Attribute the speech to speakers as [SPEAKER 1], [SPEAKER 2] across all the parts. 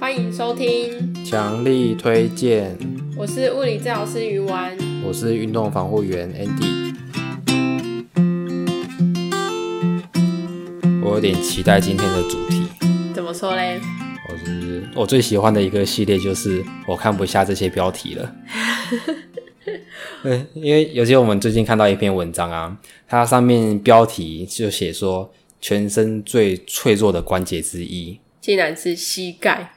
[SPEAKER 1] 欢迎收听，
[SPEAKER 2] 强力推荐，
[SPEAKER 1] 我是物理治疗师鱼丸。
[SPEAKER 2] 我是运动防护员 Andy。我有点期待今天的主题，
[SPEAKER 1] 怎么说嘞？
[SPEAKER 2] 我是我最喜欢的一个系列就是我看不下这些标题了。嗯，因为尤其我们最近看到一篇文章啊，它上面标题就写说全身最脆弱的关节之一，
[SPEAKER 1] 竟然是膝盖，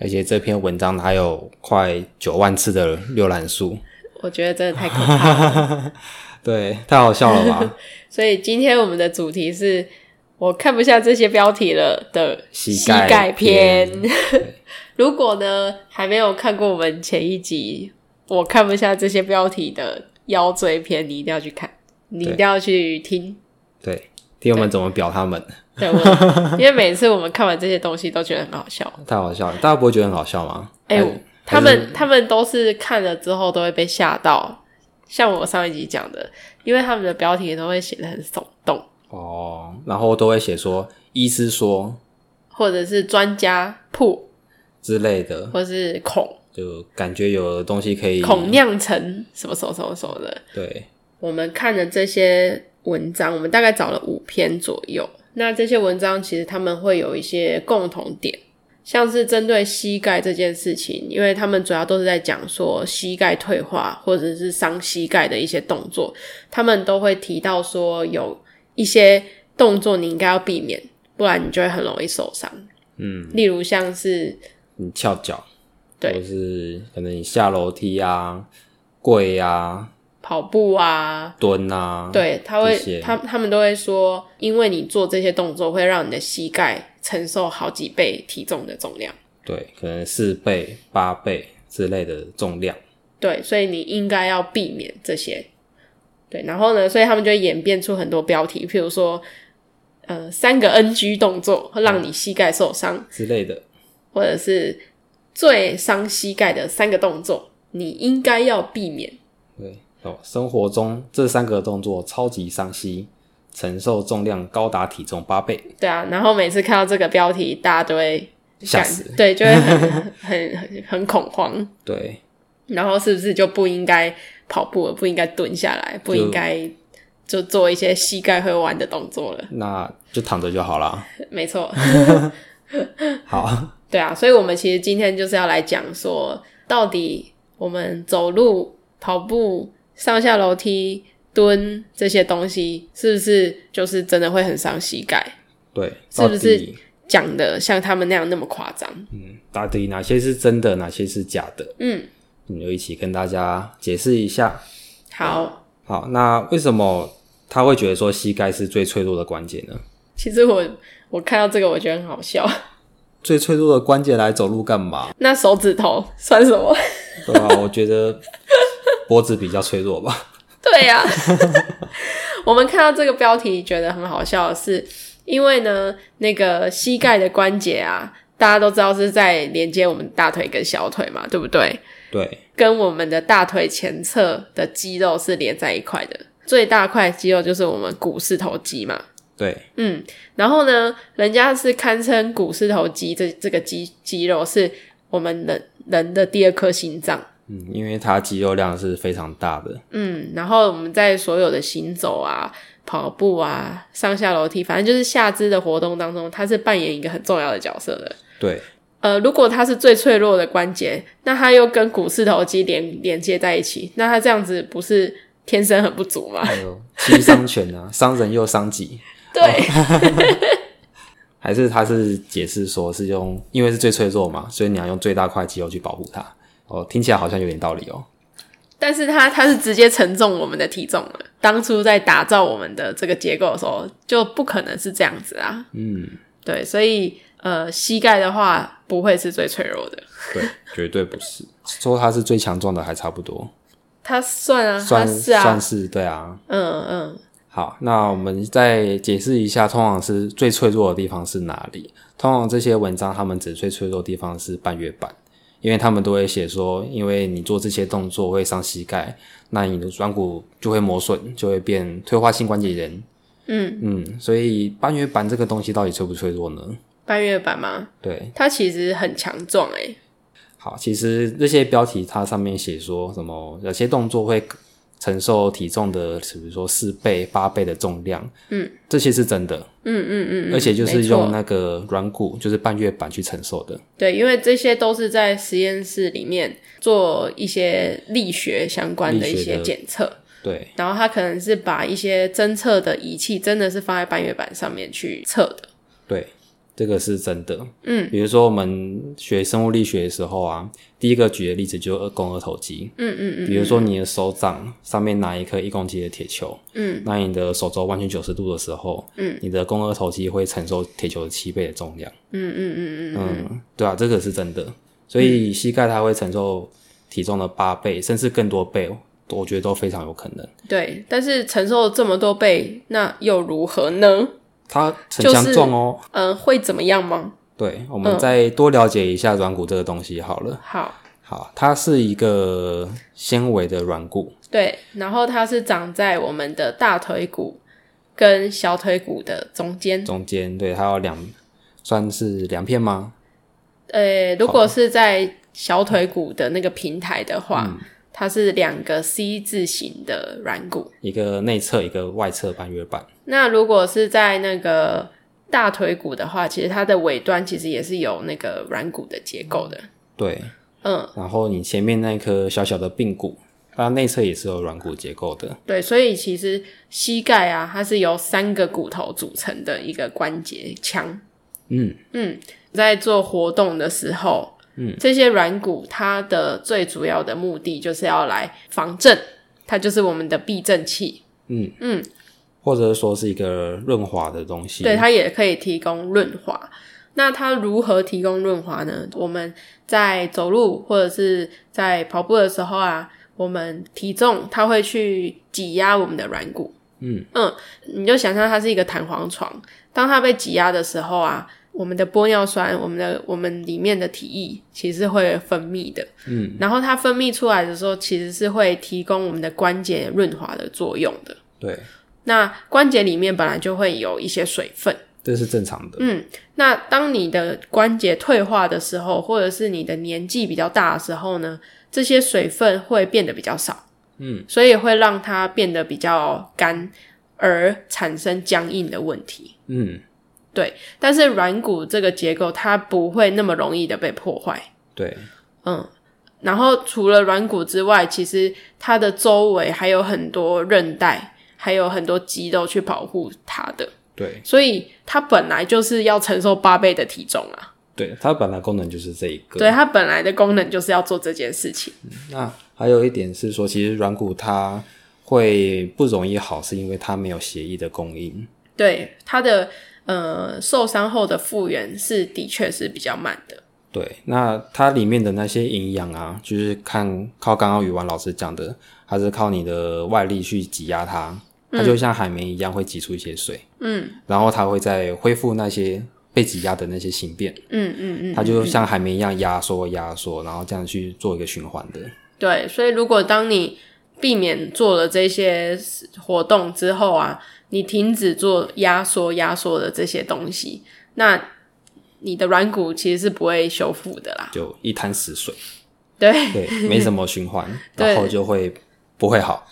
[SPEAKER 2] 而且这篇文章它有快九万次的浏览数，
[SPEAKER 1] 我觉得真的太可怕 了。
[SPEAKER 2] 对，太好笑了 吧？
[SPEAKER 1] 所以今天我们的主题是我看不下这些标题了的
[SPEAKER 2] 膝盖
[SPEAKER 1] 盖篇
[SPEAKER 2] 篇。
[SPEAKER 1] 如果呢还没有看过我们前一集我看不下这些标题的腰椎篇，你一定要去看，你一定要去听。
[SPEAKER 2] 对，听我们怎么表他们，
[SPEAKER 1] 对，我因为每次我们看完这些东西都觉得很好笑。
[SPEAKER 2] 太好笑了，大家不会觉得很好笑吗？
[SPEAKER 1] 哎、
[SPEAKER 2] 还
[SPEAKER 1] 我他们他们都是看了之后都会被吓到，像我上一集讲的，因为他们的标题都会写的很耸动，
[SPEAKER 2] 哦，然后都会写说医师说
[SPEAKER 1] 或者是专家铺，
[SPEAKER 2] 之类的，
[SPEAKER 1] 或是恐
[SPEAKER 2] 就感觉有的东西可以
[SPEAKER 1] 恐酿成什么什么什么什么的。
[SPEAKER 2] 对，
[SPEAKER 1] 我们看了这些文章，我们大概找了五篇左右。那这些文章其实他们会有一些共同点，像是针对膝盖这件事情，因为他们主要都是在讲说膝盖退化或者是伤膝盖的一些动作，他们都会提到说有一些动作你应该要避免，不然你就会很容易受伤。
[SPEAKER 2] 嗯，
[SPEAKER 1] 例如像是
[SPEAKER 2] 你翘脚，
[SPEAKER 1] 对
[SPEAKER 2] 或是可能你下楼梯啊、跪啊、
[SPEAKER 1] 跑步啊，
[SPEAKER 2] 蹲啊，，
[SPEAKER 1] 对，他会
[SPEAKER 2] 这些，
[SPEAKER 1] 他他们都会说，因为你做这些动作，会让你的膝盖承受好几倍体重的重量。
[SPEAKER 2] 对，可能四倍、八倍之类的重量，
[SPEAKER 1] 对，所以你应该要避免这些。对，然后呢，所以他们就会演变出很多标题，譬如说，呃，三个 NG 动作会让你膝盖受伤，
[SPEAKER 2] 之类的，
[SPEAKER 1] 或者是最伤膝盖的三个动作，你应该要避免。
[SPEAKER 2] 对哦，生活中这三个动作超级伤膝，承受重量高达体重八倍，
[SPEAKER 1] 对啊，然后每次看到这个标题，大家都会
[SPEAKER 2] 吓
[SPEAKER 1] 感
[SPEAKER 2] 死，
[SPEAKER 1] 对，就会很很很很恐慌。
[SPEAKER 2] 对，
[SPEAKER 1] 然后是不是就不应该跑步了，不应该蹲下来，不应该就做一些膝盖会弯的动作了？
[SPEAKER 2] 那就躺着就好啦。
[SPEAKER 1] 没错，
[SPEAKER 2] 好，
[SPEAKER 1] 对啊，所以我们其实今天就是要来讲说，到底我们走路、跑步、上下楼梯、蹲这些东西，是不是就是真的会很伤膝盖？
[SPEAKER 2] 对，
[SPEAKER 1] 是不
[SPEAKER 2] 到底
[SPEAKER 1] 是讲的像他们那样那么夸张？
[SPEAKER 2] 嗯，到底哪些是真的，哪些是假的？
[SPEAKER 1] 嗯，
[SPEAKER 2] 我们就一起跟大家解释一下。
[SPEAKER 1] 好，
[SPEAKER 2] 好，那为什么他会觉得说膝盖是最脆弱的关节呢？
[SPEAKER 1] 其实我我看到这个我觉得很好笑，
[SPEAKER 2] 最脆弱的关节来走路干嘛？
[SPEAKER 1] 那手指头算什么？
[SPEAKER 2] 对吧、我觉得脖子比较脆弱吧。
[SPEAKER 1] 对呀、 我们看到这个标题觉得很好笑的是，因为呢，那个膝盖的关节啊，大家都知道是在连接我们大腿跟小腿嘛，对不对？
[SPEAKER 2] 对，
[SPEAKER 1] 跟我们的大腿前侧的肌肉是连在一块的，最大块肌肉就是我们股四头肌嘛。
[SPEAKER 2] 对，
[SPEAKER 1] 嗯，然后呢，人家是堪称股四头肌这这个肌肌肉是我们人人的第二颗心脏。
[SPEAKER 2] 嗯，因为它肌肉量是非常大的。
[SPEAKER 1] 嗯，然后我们在所有的行走啊、跑步啊、上下楼梯，反正就是下肢的活动当中，它是扮演一个很重要的角色的。
[SPEAKER 2] 对，
[SPEAKER 1] 呃，如果它是最脆弱的关节，那它又跟股四头肌连连接在一起，那它这样子不是天生很不足吗？
[SPEAKER 2] 还有哎七伤拳啊， 伤人又伤己。
[SPEAKER 1] 对，
[SPEAKER 2] 哦还是他是解释说是用，因为是最脆弱嘛，所以你要用最大块肌肉去保护它。哦，听起来好像有点道理哦。
[SPEAKER 1] 但是它它是直接承重我们的体重了。当初在打造我们的这个结构的时候，就不可能是这样子啊。
[SPEAKER 2] 嗯，
[SPEAKER 1] 对，所以呃，膝盖的话不会是最脆弱的。
[SPEAKER 2] 对，绝对不是说它是最强壮的还差不多，
[SPEAKER 1] 它算啊，它
[SPEAKER 2] 算
[SPEAKER 1] 是啊，
[SPEAKER 2] 算是对啊。
[SPEAKER 1] 嗯嗯，
[SPEAKER 2] 好，那我们再解释一下，通常是最脆弱的地方是哪里？通常这些文章他们指最脆弱的地方是半月板，因为他们都会写说，因为你做这些动作会伤膝盖，那你的软骨就会磨损，就会变退化性关节炎，
[SPEAKER 1] 嗯，
[SPEAKER 2] 嗯，所以半月板这个东西到底脆不脆弱呢？
[SPEAKER 1] 半月板吗？
[SPEAKER 2] 对，
[SPEAKER 1] 它其实很强壮欸诶、
[SPEAKER 2] 好，其实这些标题它上面写说什么，有些动作会承受体重的，比如说四倍、八倍的重量，嗯，这些是真的，
[SPEAKER 1] 嗯嗯嗯嗯，
[SPEAKER 2] 而且就
[SPEAKER 1] 没
[SPEAKER 2] 是
[SPEAKER 1] 错
[SPEAKER 2] 用那个软骨，就是半月板去承受的。
[SPEAKER 1] 对，因为这些都是在实验室里面做一些力学相关的一
[SPEAKER 2] 力学
[SPEAKER 1] 些
[SPEAKER 2] 的
[SPEAKER 1] 检测，
[SPEAKER 2] 对，
[SPEAKER 1] 然后它可能是把一些侦测的仪器真的是放在半月板上面去测的。
[SPEAKER 2] 对，这个是真的。
[SPEAKER 1] 嗯，
[SPEAKER 2] 比如说我们学生物力学的时候啊，第一个举的例子就是肱二头肌。
[SPEAKER 1] 嗯嗯嗯，
[SPEAKER 2] 比如说你的手掌上面拿一颗一公斤的铁球，
[SPEAKER 1] 嗯，
[SPEAKER 2] 那你的手肘弯曲九十度的时候，嗯，你的肱二头肌会承受铁球的七倍的重量。
[SPEAKER 1] 嗯嗯嗯嗯嗯，
[SPEAKER 2] 嗯，对啊，这个是真的。所以膝盖它会承受体重的八倍，甚至更多倍，哦我觉得都非常有可能。
[SPEAKER 1] 对。但是承受这么多倍，那又如何呢？
[SPEAKER 2] 它很
[SPEAKER 1] 就是
[SPEAKER 2] 强壮哦。
[SPEAKER 1] 嗯，会怎么样吗？
[SPEAKER 2] 对，我们再多了解一下软骨这个东西好了。
[SPEAKER 1] 好，
[SPEAKER 2] 好，它是一个纤维的软骨，
[SPEAKER 1] 对。然后它是长在我们的大腿骨跟小腿骨的中间。
[SPEAKER 2] 中间对它有两，算是两片吗？
[SPEAKER 1] 呃，如果是在小腿骨的那个平台的话，它是两个 C 字形的软骨。
[SPEAKER 2] 一个内侧，一个外侧半月板。
[SPEAKER 1] 那如果是在那个大腿骨的话，其实它的尾端其实也是有那个软骨的结构的。
[SPEAKER 2] 对，
[SPEAKER 1] 嗯，
[SPEAKER 2] 然后你前面那颗小小的髌骨，它内侧也是有软骨结构的。
[SPEAKER 1] 对，所以其实膝盖啊，它是由三个骨头组成的一个关节腔。
[SPEAKER 2] 嗯，
[SPEAKER 1] 嗯，在做活动的时候，嗯，这些软骨它的最主要的目的就是要来防震，它就是我们的避震器。
[SPEAKER 2] 或者说是一个润滑的东西。
[SPEAKER 1] 对，它也可以提供润滑。那它如何提供润滑呢？我们在走路或者是在跑步的时候啊，我们体重它会去挤压我们的软骨。
[SPEAKER 2] 嗯
[SPEAKER 1] 嗯，你就想象它是一个弹簧床，当它被挤压的时候啊，我们的玻尿酸，我们的我们里面的体液其实会分泌的。
[SPEAKER 2] 嗯，
[SPEAKER 1] 然后它分泌出来的时候，其实是会提供我们的关节润滑的作用的。
[SPEAKER 2] 对，
[SPEAKER 1] 那关节里面本来就会有一些水分。
[SPEAKER 2] 这是正常的。
[SPEAKER 1] 嗯，那当你的关节退化的时候，或者是你的年纪比较大的时候呢，这些水分会变得比较少，
[SPEAKER 2] 嗯，
[SPEAKER 1] 所以会让它变得比较干，而产生僵硬的问题。
[SPEAKER 2] 嗯，
[SPEAKER 1] 但是软骨这个结构，它不会那么容易的被破坏。
[SPEAKER 2] 对，
[SPEAKER 1] 嗯，然后除了软骨之外，其实它的周围还有很多韧带，还有很多肌肉去保护它的，
[SPEAKER 2] 对，
[SPEAKER 1] 所以它本来就是要承受八倍的体重啊。
[SPEAKER 2] 对，它本来功能就是这一个。
[SPEAKER 1] 对，啊它本来的功能就是要做这件事情。
[SPEAKER 2] 那还有一点是说，其实软骨它会不容易好，是因为它没有血液的供应。
[SPEAKER 1] 对它的呃受伤后的复原是的确是比较慢的。
[SPEAKER 2] 对，那它里面的那些营养啊，就是看靠刚刚宇文老师讲的，它是靠你的外力去挤压它，它就像海绵一样会挤出一些水，
[SPEAKER 1] 嗯
[SPEAKER 2] 然后它会再恢复那些被挤压的那些形变，
[SPEAKER 1] 嗯嗯嗯，
[SPEAKER 2] 它就像海绵一样压缩压缩，然后这样去做一个循环的。
[SPEAKER 1] 对。所以如果当你避免做了这些活动之后啊，你停止做压缩压缩的这些东西，那你的软骨其实是不会修复的啦。
[SPEAKER 2] 就一滩死水，
[SPEAKER 1] 对
[SPEAKER 2] 对，没什么循环，
[SPEAKER 1] 对
[SPEAKER 2] 然后就会不会好。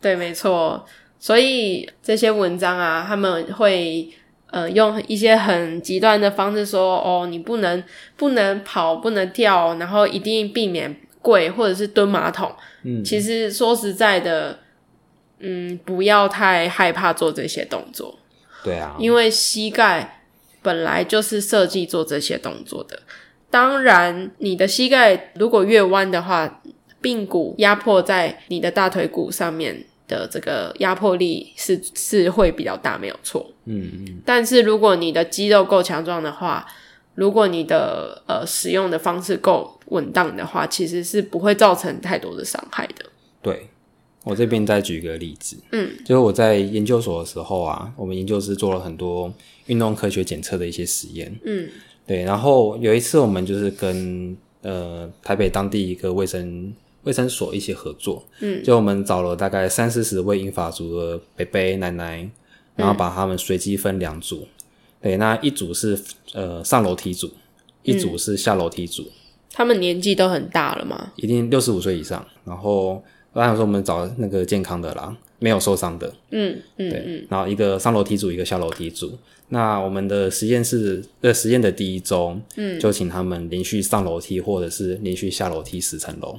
[SPEAKER 1] 对，没错。所以这些文章啊，他们会呃用一些很极端的方式说，哦，你不能不能跑，不能跳，然后一定避免跪或者是蹲马桶。
[SPEAKER 2] 嗯，
[SPEAKER 1] 其实说实在的，嗯，不要太害怕做这些动作，
[SPEAKER 2] 对啊，
[SPEAKER 1] 因为膝盖本来就是设计做这些动作的。当然，你的膝盖如果越弯的话，髌骨压迫在你的大腿骨上面的这个压迫力是是会比较大，没有错。
[SPEAKER 2] 嗯嗯，
[SPEAKER 1] 但是如果你的肌肉够强壮的话，如果你的呃使用的方式够稳当的话，其实是不会造成太多的伤害的。
[SPEAKER 2] 对。我这边再举一个例子，
[SPEAKER 1] 嗯，
[SPEAKER 2] 就是我在研究所的时候啊，我们研究室做了很多运动科学检测的一些实验，
[SPEAKER 1] 嗯
[SPEAKER 2] 对。然后有一次我们就是跟呃台北当地一个卫生卫生所一起合作，
[SPEAKER 1] 嗯，
[SPEAKER 2] 就我们找了大概三四十位英法族的伯伯奶奶，然后把他们随机分两组，对，那一组是呃上楼梯组，一组是下楼梯组，
[SPEAKER 1] 他们年纪都很大了嘛，
[SPEAKER 2] 一定六十五岁以上。然后刚才说我们找那个健康的啦，没有受伤的，
[SPEAKER 1] 嗯嗯，
[SPEAKER 2] 对。然后一个上楼梯组，一个下楼梯组。那我们的实验室呃实验的第一周，嗯，就请他们连续上楼梯或者是连续下楼梯十层楼。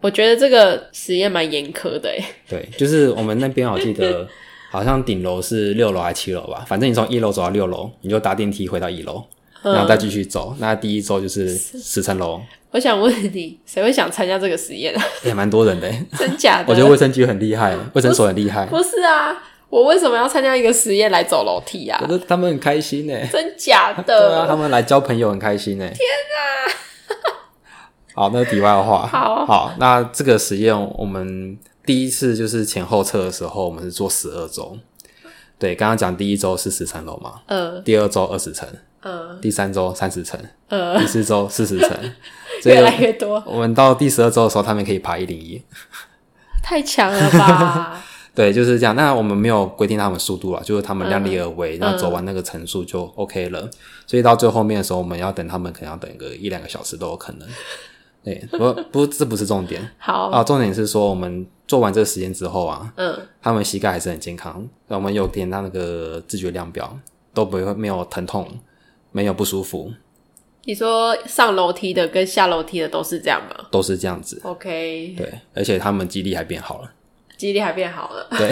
[SPEAKER 1] 我觉得这个实验蛮严苛的欸诶，
[SPEAKER 2] 对，就是我们那边我 记得好像顶楼是六楼还七楼吧，反正你从一楼走到六楼，你就搭电梯回到一楼，
[SPEAKER 1] 嗯
[SPEAKER 2] 然后再继续走。那第一周就是十层楼，
[SPEAKER 1] 我想问你， 谁会想参加这个实验啊？
[SPEAKER 2] 也蛮多人的。欸
[SPEAKER 1] 真假的？
[SPEAKER 2] 我觉得卫生局很厉害，卫生所很厉害，
[SPEAKER 1] 不是啊，我为什么要参加一个实验来走楼梯啊
[SPEAKER 2] 可？是他们很开心呢。
[SPEAKER 1] 真假
[SPEAKER 2] 对啊，
[SPEAKER 1] 的？
[SPEAKER 2] 他们来交朋友很开心呢。天哪！好，那题外话。
[SPEAKER 1] 好
[SPEAKER 2] 好，那这个实验我们第一次就是前后测的时候，我们是做十二周。对，刚刚讲第一周是十层楼嘛，
[SPEAKER 1] 呃
[SPEAKER 2] 第二周二十层，
[SPEAKER 1] 呃
[SPEAKER 2] 第三周三十层，
[SPEAKER 1] 呃，
[SPEAKER 2] 第四周四十层，所 以
[SPEAKER 1] 越来越多，
[SPEAKER 2] 我们到第十二周的时候，他们可以爬一零一。
[SPEAKER 1] 太强了 吧？
[SPEAKER 2] 对，就是这样。那我们没有规定他们速度啊，就是他们量力而为，然后走完那个层数就 OK 了。所以到最后面的时候，我们要等他们，可能要等个一两个小时都有可能。对，不不，这不是重点
[SPEAKER 1] 好，
[SPEAKER 2] 啊，重点是说我们做完这个实验之后啊，
[SPEAKER 1] 嗯，
[SPEAKER 2] 他们膝盖还是很健康，我们有点他那个自觉量表都不会没有疼痛，没有不舒服，
[SPEAKER 1] 你说上楼梯的跟下楼梯的都是这样吗
[SPEAKER 2] 都是这样子。
[SPEAKER 1] ？OK，
[SPEAKER 2] 对，而且他们肌力还变好了。
[SPEAKER 1] 肌力还变好了。
[SPEAKER 2] 对，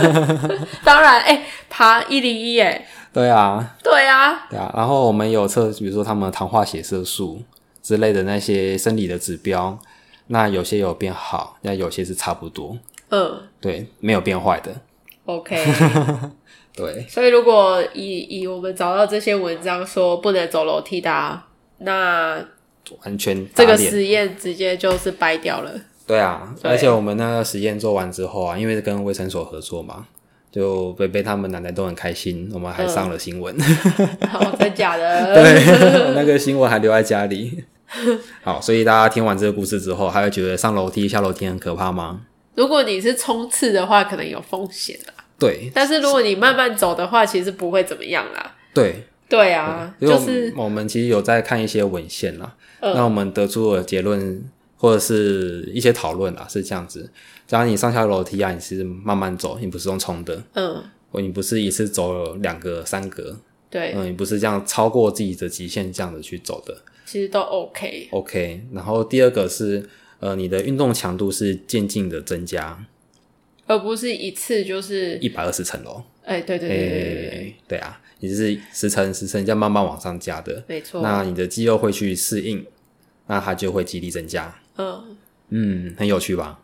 [SPEAKER 1] 当然，哎、爬一零一，哎，
[SPEAKER 2] 对啊，
[SPEAKER 1] 对啊，
[SPEAKER 2] 对啊，然后我们有测，比如说他们糖化血色素之类的那些生理的指标，那有些有变好，那有些是差不多，
[SPEAKER 1] 嗯
[SPEAKER 2] 对，没有变坏的，
[SPEAKER 1] ，OK。
[SPEAKER 2] 对，
[SPEAKER 1] 所以，如果以以我们找到这些文章说不能走楼梯的、啊，那
[SPEAKER 2] 完全
[SPEAKER 1] 这
[SPEAKER 2] 打
[SPEAKER 1] 个
[SPEAKER 2] 脸
[SPEAKER 1] 实验直接就是掰掉了。
[SPEAKER 2] 对啊，
[SPEAKER 1] 对
[SPEAKER 2] 而且我们那个实验做完之后啊，因为跟卫生所合作嘛，就贝贝他们奶奶都很开心，我们
[SPEAKER 1] 嗯
[SPEAKER 2] 还上了新闻，
[SPEAKER 1] 哦，真假的？
[SPEAKER 2] 对，那个新闻还留在家里。好，所以大家听完这个故事之后，还会觉得上楼梯、下楼梯很可怕吗？
[SPEAKER 1] 如果你是冲刺的话，可能有风险啊。
[SPEAKER 2] 对，
[SPEAKER 1] 但是如果你慢慢走的话，其实不会怎么样啦。
[SPEAKER 2] 对，
[SPEAKER 1] 对啊，
[SPEAKER 2] 因为
[SPEAKER 1] 就
[SPEAKER 2] 我们
[SPEAKER 1] 是
[SPEAKER 2] 我们其实有在看一些文献啦，
[SPEAKER 1] 嗯
[SPEAKER 2] 那我们得出的结论或者是一些讨论啦，是这样子：，只要你上下楼梯啊，你是慢慢走，你不是用冲的，
[SPEAKER 1] 嗯，
[SPEAKER 2] 或你不是一次走两个、三格，
[SPEAKER 1] 对，
[SPEAKER 2] 嗯，你不是这样超过自己的极限这样子去走的
[SPEAKER 1] 其实都 OK。
[SPEAKER 2] ，OK。然后第二个是，呃，你的运动强度是渐进的增加，
[SPEAKER 1] 而不是一次就是，
[SPEAKER 2] 一百二十层楼，
[SPEAKER 1] 哎、对对
[SPEAKER 2] 哎、
[SPEAKER 1] 对对对对对，
[SPEAKER 2] 对啊，你就是十层十层这样慢慢往上加的，
[SPEAKER 1] 没错，
[SPEAKER 2] 那你的肌肉会去适应，那它就会肌力增加。
[SPEAKER 1] 嗯，
[SPEAKER 2] 嗯，很有趣吧？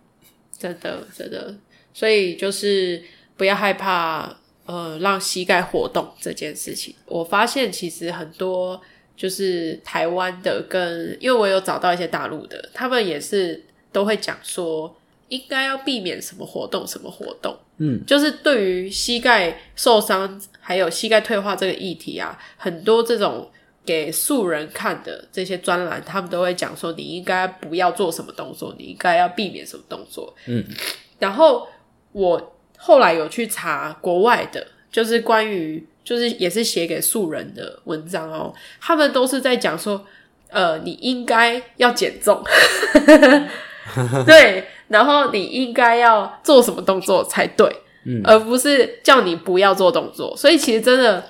[SPEAKER 1] 真的真的，所以就是不要害怕，呃，让膝盖活动这件事情。我发现其实很多就是台湾的跟，因为我有找到一些大陆的，他们也是都会讲说。应该要避免什么活动，什么活动，
[SPEAKER 2] 嗯，
[SPEAKER 1] 就是对于膝盖受伤还有膝盖退化这个议题啊，很多这种给素人看的这些专栏，他们都会讲说，你应该不要做什么动作，你应该要避免什么动作。
[SPEAKER 2] 嗯，
[SPEAKER 1] 然后我后来有去查国外的，就是关于就是也是写给素人的文章哦，他们都是在讲说，呃，你应该要减重， 对，然后你应该要做什么动作才对，
[SPEAKER 2] 嗯
[SPEAKER 1] 而不是叫你不要做动作。所以其实真的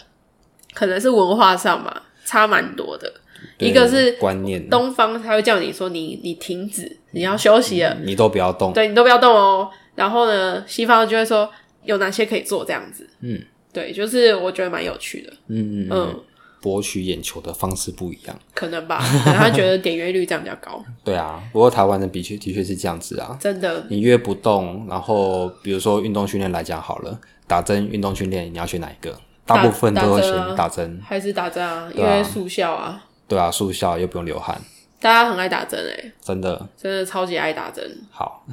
[SPEAKER 1] 可能是文化上嘛，差蛮多的。
[SPEAKER 2] 对
[SPEAKER 1] 一个是
[SPEAKER 2] 观念，
[SPEAKER 1] 东方他会叫你说你你停止，你要休息了，
[SPEAKER 2] 你都不要动。
[SPEAKER 1] 对你都不要动哦。然后呢，西方就会说有哪些可以做这样子，
[SPEAKER 2] 嗯，
[SPEAKER 1] 对，就是我觉得蛮有趣的，
[SPEAKER 2] 嗯嗯
[SPEAKER 1] 嗯
[SPEAKER 2] 嗯，，博取眼球的方式不一样。
[SPEAKER 1] 可能吧，可能他觉得点阅率这样比较高，
[SPEAKER 2] 对啊，不过台湾的的确的确是这样子啊。
[SPEAKER 1] 真的，
[SPEAKER 2] 你越不动，然后比如说运动训练来讲好了，打针运动训练你要选哪一个？大部分都会选
[SPEAKER 1] 打针啊
[SPEAKER 2] 打针，
[SPEAKER 1] 还是打针啊，因
[SPEAKER 2] 对啊
[SPEAKER 1] 为速效啊，
[SPEAKER 2] 对啊，速效又不用流汗，
[SPEAKER 1] 大家很爱打针哎、
[SPEAKER 2] 真的
[SPEAKER 1] 真的超级爱打针。
[SPEAKER 2] 好。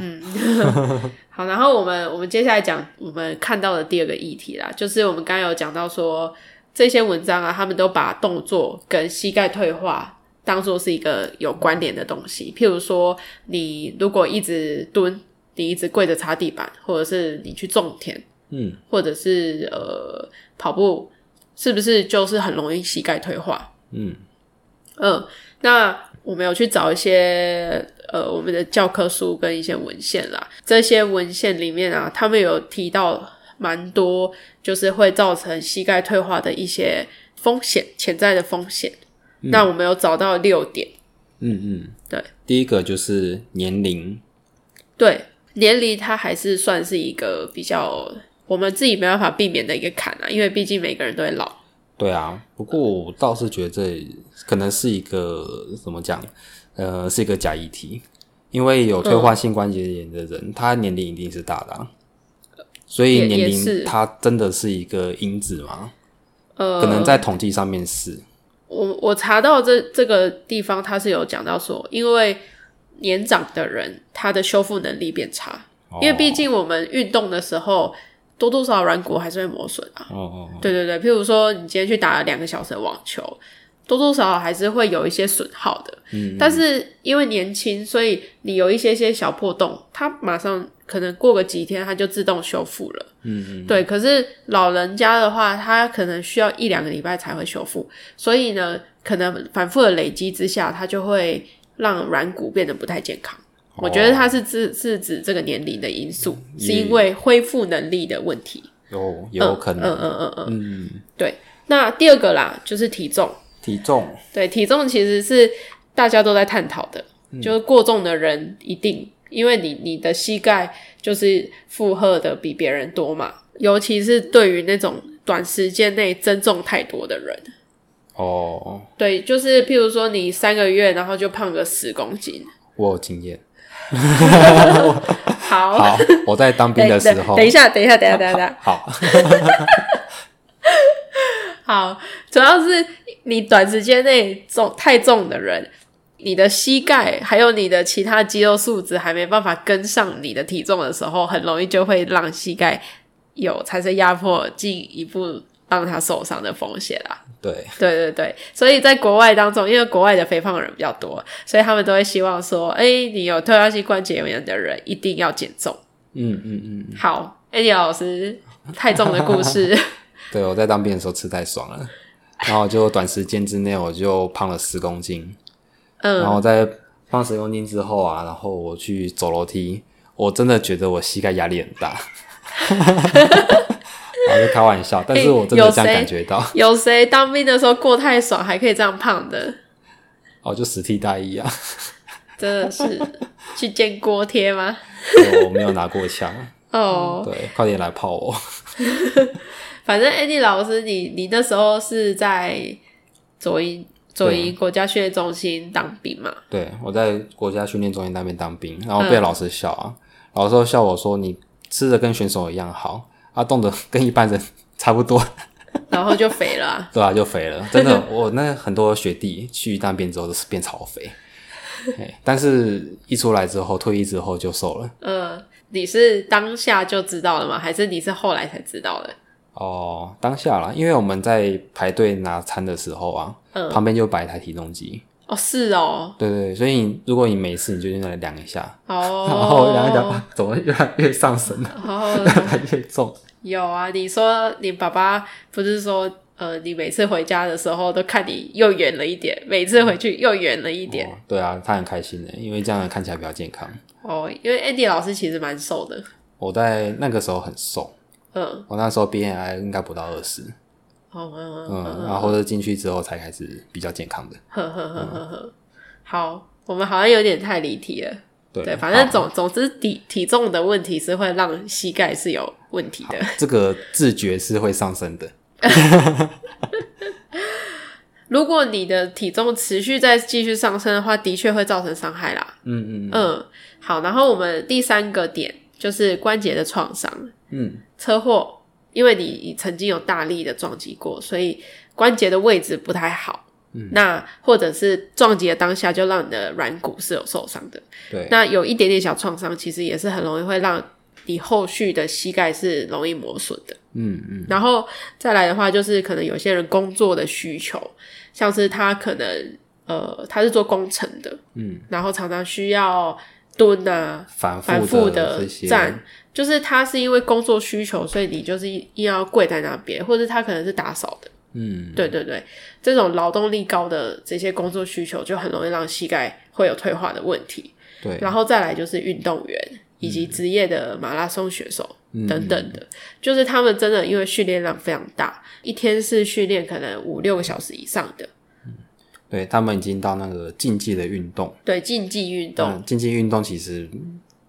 [SPEAKER 1] 好，然后我们我们接下来讲我们看到的第二个议题啦，就是我们刚刚有讲到说这些文章啊，他们都把动作跟膝盖退化当做是一个有关联的东西。譬如说，你如果一直蹲，你一直跪着擦地板，或者是你去种田，
[SPEAKER 2] 嗯，
[SPEAKER 1] 或者是呃跑步，是不是就是很容易膝盖退化？
[SPEAKER 2] 嗯
[SPEAKER 1] 嗯，那我们有去找一些呃我们的教科书跟一些文献啦，这些文献里面啊，他们有提到蛮多，就是会造成膝盖退化的一些风险，潜在的风险。那我们有找到六点，
[SPEAKER 2] 嗯嗯，
[SPEAKER 1] 对。
[SPEAKER 2] 第一个就是年龄，
[SPEAKER 1] 对，年龄它还是算是一个比较我们自己没办法避免的一个坎啊，因为毕竟每个人都会老。
[SPEAKER 2] 对啊，不过我倒是觉得这可能是一个怎么讲，呃，是一个假议题，因为有退化
[SPEAKER 1] 嗯
[SPEAKER 2] 性关节炎的人，他年龄一定是大的啊、所以
[SPEAKER 1] 也
[SPEAKER 2] 年
[SPEAKER 1] 也是
[SPEAKER 2] 龄它真的是一个因子吗？
[SPEAKER 1] 呃，
[SPEAKER 2] 可能在统计上面是，
[SPEAKER 1] 我我查到这这个地方，它是有讲到说，因为年长的人他的修复能力变差，因为
[SPEAKER 2] 哦
[SPEAKER 1] 毕竟我们运动的时候多多少少软骨还是会磨损啊。
[SPEAKER 2] 哦哦哦，
[SPEAKER 1] 对对对，譬如说你今天去打了两个小时的网球，多多少少还是会有一些损耗的。嗯，但是因为年轻，所以你有一些些小破洞，它马上可能过个几天它就自动修复了。
[SPEAKER 2] 嗯嗯，
[SPEAKER 1] 对，可是老人家的话，他可能需要一两个礼拜才会修复，所以呢，可能反复的累积之下，它就会让软骨变得不太健康。
[SPEAKER 2] 哦
[SPEAKER 1] 我觉得它是指是指这个年龄的因素，
[SPEAKER 2] 嗯
[SPEAKER 1] 是因为恢复能力的问题。
[SPEAKER 2] 有有可能，
[SPEAKER 1] 嗯嗯嗯嗯。
[SPEAKER 2] 嗯，
[SPEAKER 1] 那第二个啦，就是体重。
[SPEAKER 2] 体重，
[SPEAKER 1] 对，体重其实是大家都在探讨的，就是过重的人一定，因为你你的膝盖就是负荷的比别人多嘛，尤其是对于那种短时间内增重太多的人，
[SPEAKER 2] 哦，
[SPEAKER 1] 对，就是譬如说你三个月然后就胖个十公斤，
[SPEAKER 2] 我有经验。
[SPEAKER 1] 好，
[SPEAKER 2] 好，我在当兵
[SPEAKER 1] 等
[SPEAKER 2] 的时
[SPEAKER 1] 等
[SPEAKER 2] 候，
[SPEAKER 1] 等一下，等一下，等一下，等一下，
[SPEAKER 2] 好，
[SPEAKER 1] 好，主要是你短时间内重太重的人，你的膝盖还有你的其他肌肉素质还没办法跟上你的体重的时候，很容易就会让膝盖有产生压迫，进一步让它受伤的风险啦。
[SPEAKER 2] 对，
[SPEAKER 1] 对对对，所以在国外当中，因为国外的肥胖人比较多，所以他们都会希望说，哎，你有退化性关节炎的人一定要减重。
[SPEAKER 2] 嗯嗯嗯，
[SPEAKER 1] 好，艾迪亚老师太重的故事，
[SPEAKER 2] 对，我在当兵的时候吃太爽了，然后就短时间之内我就胖了十公斤，然
[SPEAKER 1] 嗯，
[SPEAKER 2] 后在胖十公斤之后啊，然后我去走楼梯，我真的觉得我膝盖压力很大，然后就开玩笑，但是我真的这样感觉到，
[SPEAKER 1] 有谁当兵的时候过太爽，还可以这样胖的？
[SPEAKER 2] 哦，就实体大衣啊，
[SPEAKER 1] 真的是去煎锅贴吗？
[SPEAKER 2] 对我没有拿过枪，
[SPEAKER 1] 哦、
[SPEAKER 2] 对，快点来泡我，
[SPEAKER 1] 反正 Andy 老师你，你那时候是在左营左营国家训练中心当兵嘛？
[SPEAKER 2] 对，我在国家训练中心那边当兵，然后被老师笑啊，老师都笑我说你吃的跟选手一样好，啊，动的跟一般人差不多，
[SPEAKER 1] 然后就肥了啊、
[SPEAKER 2] 对啊，就肥了。真的，我那很多学弟去当兵之后都是变超肥，嘿但是一出来之后，退役之后就瘦了。
[SPEAKER 1] 嗯，你是当下就知道了吗？还是你是后来才知道的？
[SPEAKER 2] 哦，当下啦，因为我们在排队拿餐的时候啊，
[SPEAKER 1] 嗯
[SPEAKER 2] 旁边就摆一台体重机，
[SPEAKER 1] 哦，是哦，
[SPEAKER 2] 对对，对所以你如果你每次你就去那里量一下，
[SPEAKER 1] 哦，
[SPEAKER 2] 然后量一量，啊怎么越来越上升了，
[SPEAKER 1] 哦，
[SPEAKER 2] 越来越重。
[SPEAKER 1] 有啊，你说你爸爸不是说，呃，你每次回家的时候都看你又远了一点，每次回去又远了一点
[SPEAKER 2] 哦对啊，他很开心的，因为这样看起来比较健康。
[SPEAKER 1] 哦。因为 Andy 老师其实蛮瘦的，
[SPEAKER 2] 我在那个时候很瘦，
[SPEAKER 1] 嗯，
[SPEAKER 2] 我那时候 BMI 应该不到二十，
[SPEAKER 1] 哦，嗯嗯
[SPEAKER 2] 嗯，然后是进去之后才开始比较健康的。
[SPEAKER 1] 呵呵呵呵呵，嗯好，我们好像有点太离题了。
[SPEAKER 2] 对，
[SPEAKER 1] 对，反正
[SPEAKER 2] 嗯好
[SPEAKER 1] 总总之体体重的问题是会让膝盖是有问题的。
[SPEAKER 2] 这个自觉是会上升的。
[SPEAKER 1] 如果你的体重持续再继续上升的话，的确会造成伤害啦。
[SPEAKER 2] 嗯嗯
[SPEAKER 1] 嗯，好，然后我们第三个点就是关节的创伤。
[SPEAKER 2] 嗯，
[SPEAKER 1] 车祸，因为你你曾经有大力的撞击过，所以关节的位置不太好。
[SPEAKER 2] 嗯
[SPEAKER 1] 那或者是撞击的当下就让你的软骨是有受伤的，
[SPEAKER 2] 对，
[SPEAKER 1] 那有一点点小创伤，其实也是很容易会让你后续的膝盖是容易磨损的。
[SPEAKER 2] 嗯嗯
[SPEAKER 1] 然后再来的话，就是可能有些人工作的需求，像是他可能呃他是做工程的，
[SPEAKER 2] 嗯，
[SPEAKER 1] 然后常常需要蹲啊，
[SPEAKER 2] 反
[SPEAKER 1] 反
[SPEAKER 2] 复
[SPEAKER 1] 复的
[SPEAKER 2] 这些
[SPEAKER 1] 站，就是他是因为工作需求，所以你就是硬要跪在那边，或者他可能是打扫的，
[SPEAKER 2] 嗯，
[SPEAKER 1] 对对对，这种劳动力高的这些工作需求，就很容易让膝盖会有退化的问题。
[SPEAKER 2] 对，
[SPEAKER 1] 然后再来就是运动员以及职业的马拉松选手
[SPEAKER 2] 嗯
[SPEAKER 1] 等等的，就是他们真的因为训练量非常大，一天是训练可能五六个小时以上的，
[SPEAKER 2] 对他们已经到那个竞技的运动，
[SPEAKER 1] 对竞技运动，
[SPEAKER 2] 嗯竞技运动其实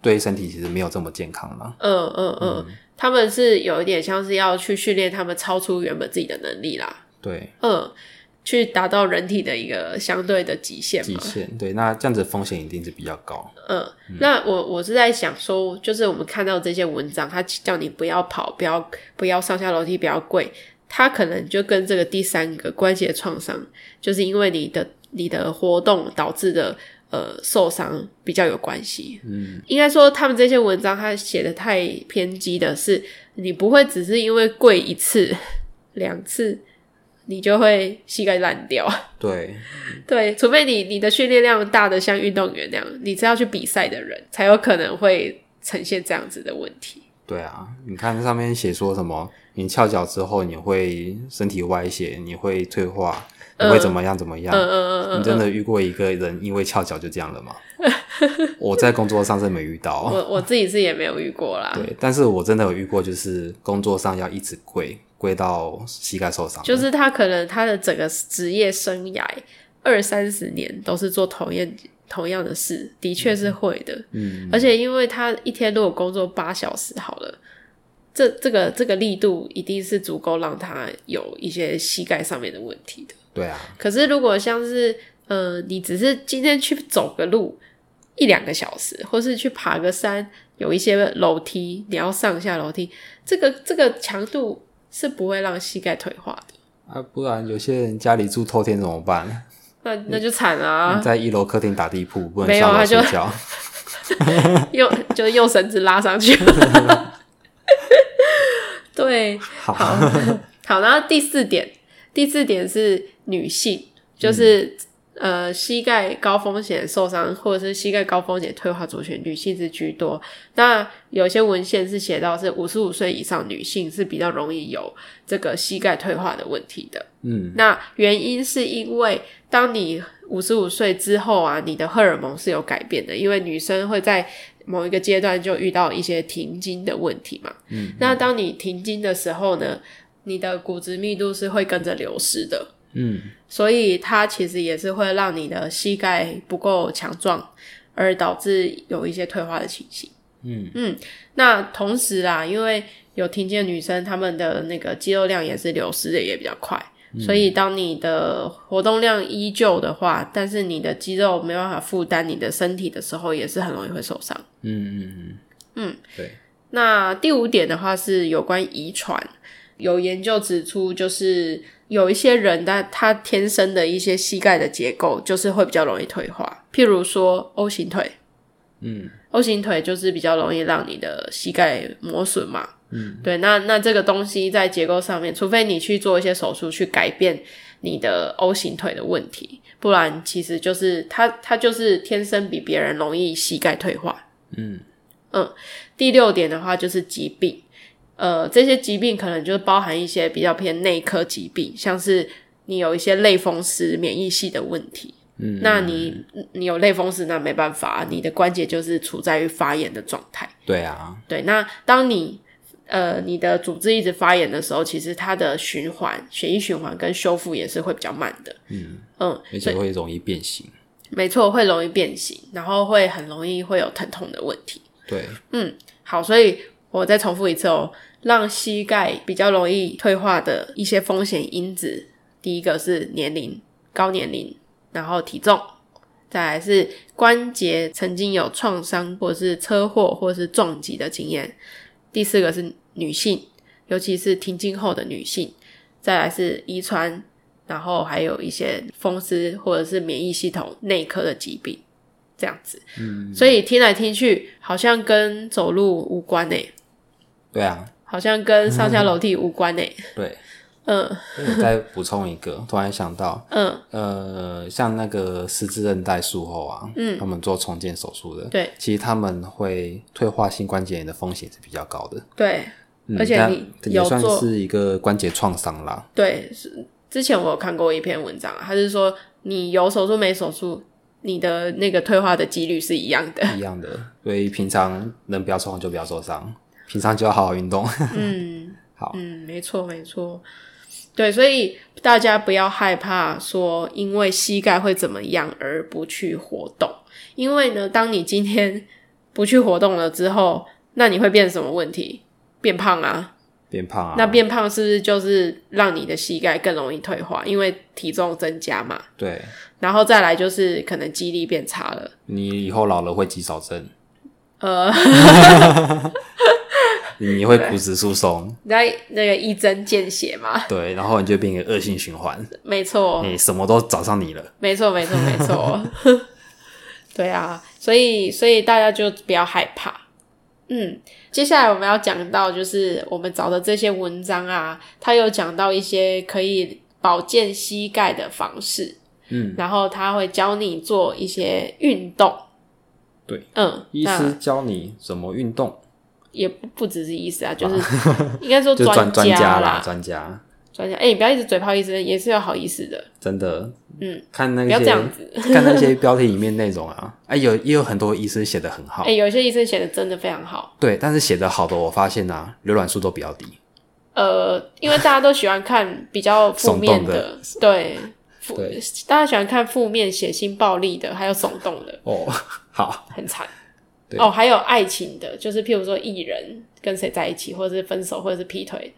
[SPEAKER 2] 对身体其实没有这么健康啦。
[SPEAKER 1] 嗯嗯嗯，他们是有一点像是要去训练他们超出原本自己的能力啦，
[SPEAKER 2] 对，
[SPEAKER 1] 嗯，去达到人体的一个相对的极限
[SPEAKER 2] 极
[SPEAKER 1] 嘛，
[SPEAKER 2] 限，对，那这样子风险一定是比较高。
[SPEAKER 1] 嗯，那我我是在想说，就是我们看到这些文章，他叫你不要跑，不要不要上下楼梯，不要跪，他可能就跟这个第三个关节创伤，就是因为你的你的活动导致的呃受伤比较有关系。
[SPEAKER 2] 嗯，
[SPEAKER 1] 应该说他们这些文章他写的太偏激的是，你不会只是因为跪一次、两次，你就会膝盖烂掉。
[SPEAKER 2] 对，
[SPEAKER 1] 对，除非你你的训练量大的像运动员那样，你是要去比赛的人，才有可能会呈现这样子的问题。
[SPEAKER 2] 对啊，你看上面写说什么？你翘脚之后，你会身体歪斜，你会退化，
[SPEAKER 1] 呃
[SPEAKER 2] 你会怎么样怎么样？
[SPEAKER 1] 嗯嗯嗯
[SPEAKER 2] 你真的遇过一个人因为翘脚就这样 了吗？我在工作上是没遇
[SPEAKER 1] 嗯，
[SPEAKER 2] 到，
[SPEAKER 1] 我啊我自己是也没有遇过啦，
[SPEAKER 2] 哦对，但是我真的有遇过，就是工作上要一直跪，跪到膝盖受伤。
[SPEAKER 1] 就是他可能他的整个职业生涯二三十年都是做同样同样的事，的确是会的。
[SPEAKER 2] 嗯，
[SPEAKER 1] 而且因为他一天如果工作八小时好了，这这个这个力度一定是足够让他有一些膝盖上面的问题的。
[SPEAKER 2] 对啊，
[SPEAKER 1] 可是如果像是呃，你只是今天去走个路一两个小时，或是去爬个山，有一些楼梯，你要上下楼梯，这个这个强度是不会让膝盖退化的。
[SPEAKER 2] 啊，不然有些人家里住透天怎么办？
[SPEAKER 1] 那那就惨了啊！
[SPEAKER 2] 在一楼客厅打地铺，不
[SPEAKER 1] 没有
[SPEAKER 2] 能上
[SPEAKER 1] 啊
[SPEAKER 2] 楼睡
[SPEAKER 1] 就
[SPEAKER 2] 觉。
[SPEAKER 1] 用就是用绳子拉上去。对，
[SPEAKER 2] 好，
[SPEAKER 1] 好， 然后第四点，第四点是女性，就是、呃膝盖高风险受伤或者是膝盖高风险退化族群，女性是居多。那有些文献是写到是五十五岁以上女性是比较容易有这个膝盖退化的问题的。
[SPEAKER 2] 嗯，
[SPEAKER 1] 那原因是因为当你五十五岁之后啊，你的荷尔蒙是有改变的，因为女生会在某一个阶段就遇到一些停经的问题嘛。
[SPEAKER 2] 嗯，
[SPEAKER 1] 那当你停经的时候呢，你的骨质密度是会跟着流失的，
[SPEAKER 2] 嗯，
[SPEAKER 1] 所以它其实也是会让你的膝盖不够强壮，而导致有一些退化的情形。
[SPEAKER 2] 嗯
[SPEAKER 1] 嗯，那同时啦，因为有听见女生她们的那个肌肉量也是流失的也比较快，所以当你的活动量依旧的话，但是你的肌肉没办法负担你的身体的时候，也是很容易会受伤。
[SPEAKER 2] 嗯嗯嗯，
[SPEAKER 1] 嗯，
[SPEAKER 2] 对，
[SPEAKER 1] 那第五点的话是有关遗传，有研究指出，就是有一些人他他天生的一些膝盖的结构就是会比较容易退化，譬如说 O 型腿，
[SPEAKER 2] 嗯
[SPEAKER 1] O 型腿就是比较容易让你的膝盖磨损嘛。
[SPEAKER 2] 嗯，
[SPEAKER 1] 对，那那这个东西在结构上面，除非你去做一些手术去改变你的 O 型腿的问题，不然其实就是它它就是天生比别人容易膝盖退化。
[SPEAKER 2] 嗯
[SPEAKER 1] 第六点的话就是疾病，呃，这些疾病可能就是包含一些比较偏内科疾病，像是你有一些类风湿、免疫系的问题，
[SPEAKER 2] 嗯，
[SPEAKER 1] 那你你有类风湿，那没办法，你的关节就是处在于发炎的状态。
[SPEAKER 2] 对啊，
[SPEAKER 1] 对，那当你呃你的组织一直发炎的时候，其实它的循环、血液循环跟修复也是会比较慢的。
[SPEAKER 2] 嗯，
[SPEAKER 1] 嗯，
[SPEAKER 2] 而且会容易变形。
[SPEAKER 1] 没错，会容易变形，然后会很容易会有疼痛的问题。
[SPEAKER 2] 对，
[SPEAKER 1] 好，所以我再重复一次哦，让膝盖比较容易退化的一些风险因子，第一个是年龄，高年龄，然后体重，再来是关节曾经有创伤或是车祸或是撞击的经验，第四个是女性，尤其是停经后的女性，再来是遗传，然后还有一些风湿或者是免疫系统内科的疾病，这样子。所以听来听去，好像跟走路无关诶、
[SPEAKER 2] 对啊，
[SPEAKER 1] 好像跟上下楼梯无关诶、
[SPEAKER 2] 对。
[SPEAKER 1] 嗯
[SPEAKER 2] 我再补充一个， 突然想到，
[SPEAKER 1] 嗯，
[SPEAKER 2] 呃，像那个十字韧带术后啊，嗯，他们做重建手术的，
[SPEAKER 1] 对，
[SPEAKER 2] 其实他们会退化性关节炎的风险是比较高的，
[SPEAKER 1] 对
[SPEAKER 2] 嗯
[SPEAKER 1] 而且
[SPEAKER 2] 但
[SPEAKER 1] 你
[SPEAKER 2] 这
[SPEAKER 1] 有
[SPEAKER 2] 也算
[SPEAKER 1] 做
[SPEAKER 2] 是一个关节创伤啦，
[SPEAKER 1] 对，是之前我有看过一篇文章啊，他是说你有手术没手术，你的那个退化的几率是一样的。
[SPEAKER 2] 一样的。所以平常能不要受伤就不要受伤，平常就要好好运动。
[SPEAKER 1] 嗯，
[SPEAKER 2] 好
[SPEAKER 1] 嗯，没错，没错。对，所以大家不要害怕说因为膝盖会怎么样而不去活动，因为呢，当你今天不去活动了之后，那你会变什么问题？变胖啊！
[SPEAKER 2] 变胖啊，
[SPEAKER 1] 那变胖是不是就是让你的膝盖更容易退化？因为体重增加嘛，
[SPEAKER 2] 对
[SPEAKER 1] 然后再来就是可能肌力变差了。
[SPEAKER 2] 你以后老了会肌少症，
[SPEAKER 1] 呃，
[SPEAKER 2] 你会骨质疏松，
[SPEAKER 1] 那那个一针见血嘛，
[SPEAKER 2] 对，然后你就变一个恶性循环，
[SPEAKER 1] 没错，
[SPEAKER 2] 你什么都找上你了。
[SPEAKER 1] 没错，没错，没 错。对啊，所以所以大家就不要害怕。嗯，接下来我们要讲到就是我们找的这些文章啊，它有讲到一些可以保健膝盖的方式，
[SPEAKER 2] 嗯，
[SPEAKER 1] 然后他会教你做一些运动。
[SPEAKER 2] 对，
[SPEAKER 1] 嗯，
[SPEAKER 2] 医
[SPEAKER 1] 那
[SPEAKER 2] 师教你怎么运动，
[SPEAKER 1] 也不不只是医师啊，就是应该说
[SPEAKER 2] 就专专
[SPEAKER 1] 家
[SPEAKER 2] 家
[SPEAKER 1] 啦，
[SPEAKER 2] 专家
[SPEAKER 1] 专家。哎、你不要一直嘴炮医生，也是有好医师的。
[SPEAKER 2] 真的，
[SPEAKER 1] 嗯，
[SPEAKER 2] 看那
[SPEAKER 1] 不要
[SPEAKER 2] 些
[SPEAKER 1] 这样子
[SPEAKER 2] 看那些标题里面内容啊， 哎，有也有很多医师写的很好，
[SPEAKER 1] 哎、有些医生写的真的非常好。
[SPEAKER 2] 对，但是写的好的，我发现啊，浏览数都比较低，
[SPEAKER 1] 呃，因为大家都喜欢看比较负面
[SPEAKER 2] 耸动的
[SPEAKER 1] 对，负
[SPEAKER 2] 对
[SPEAKER 1] 大家喜欢看负面、血腥、暴力的，还有耸动的，
[SPEAKER 2] 哦， 好，
[SPEAKER 1] 很惨。
[SPEAKER 2] 对
[SPEAKER 1] 哦，还有爱情的，就是譬如说艺人跟谁在一起，或者是分手，或者是劈腿，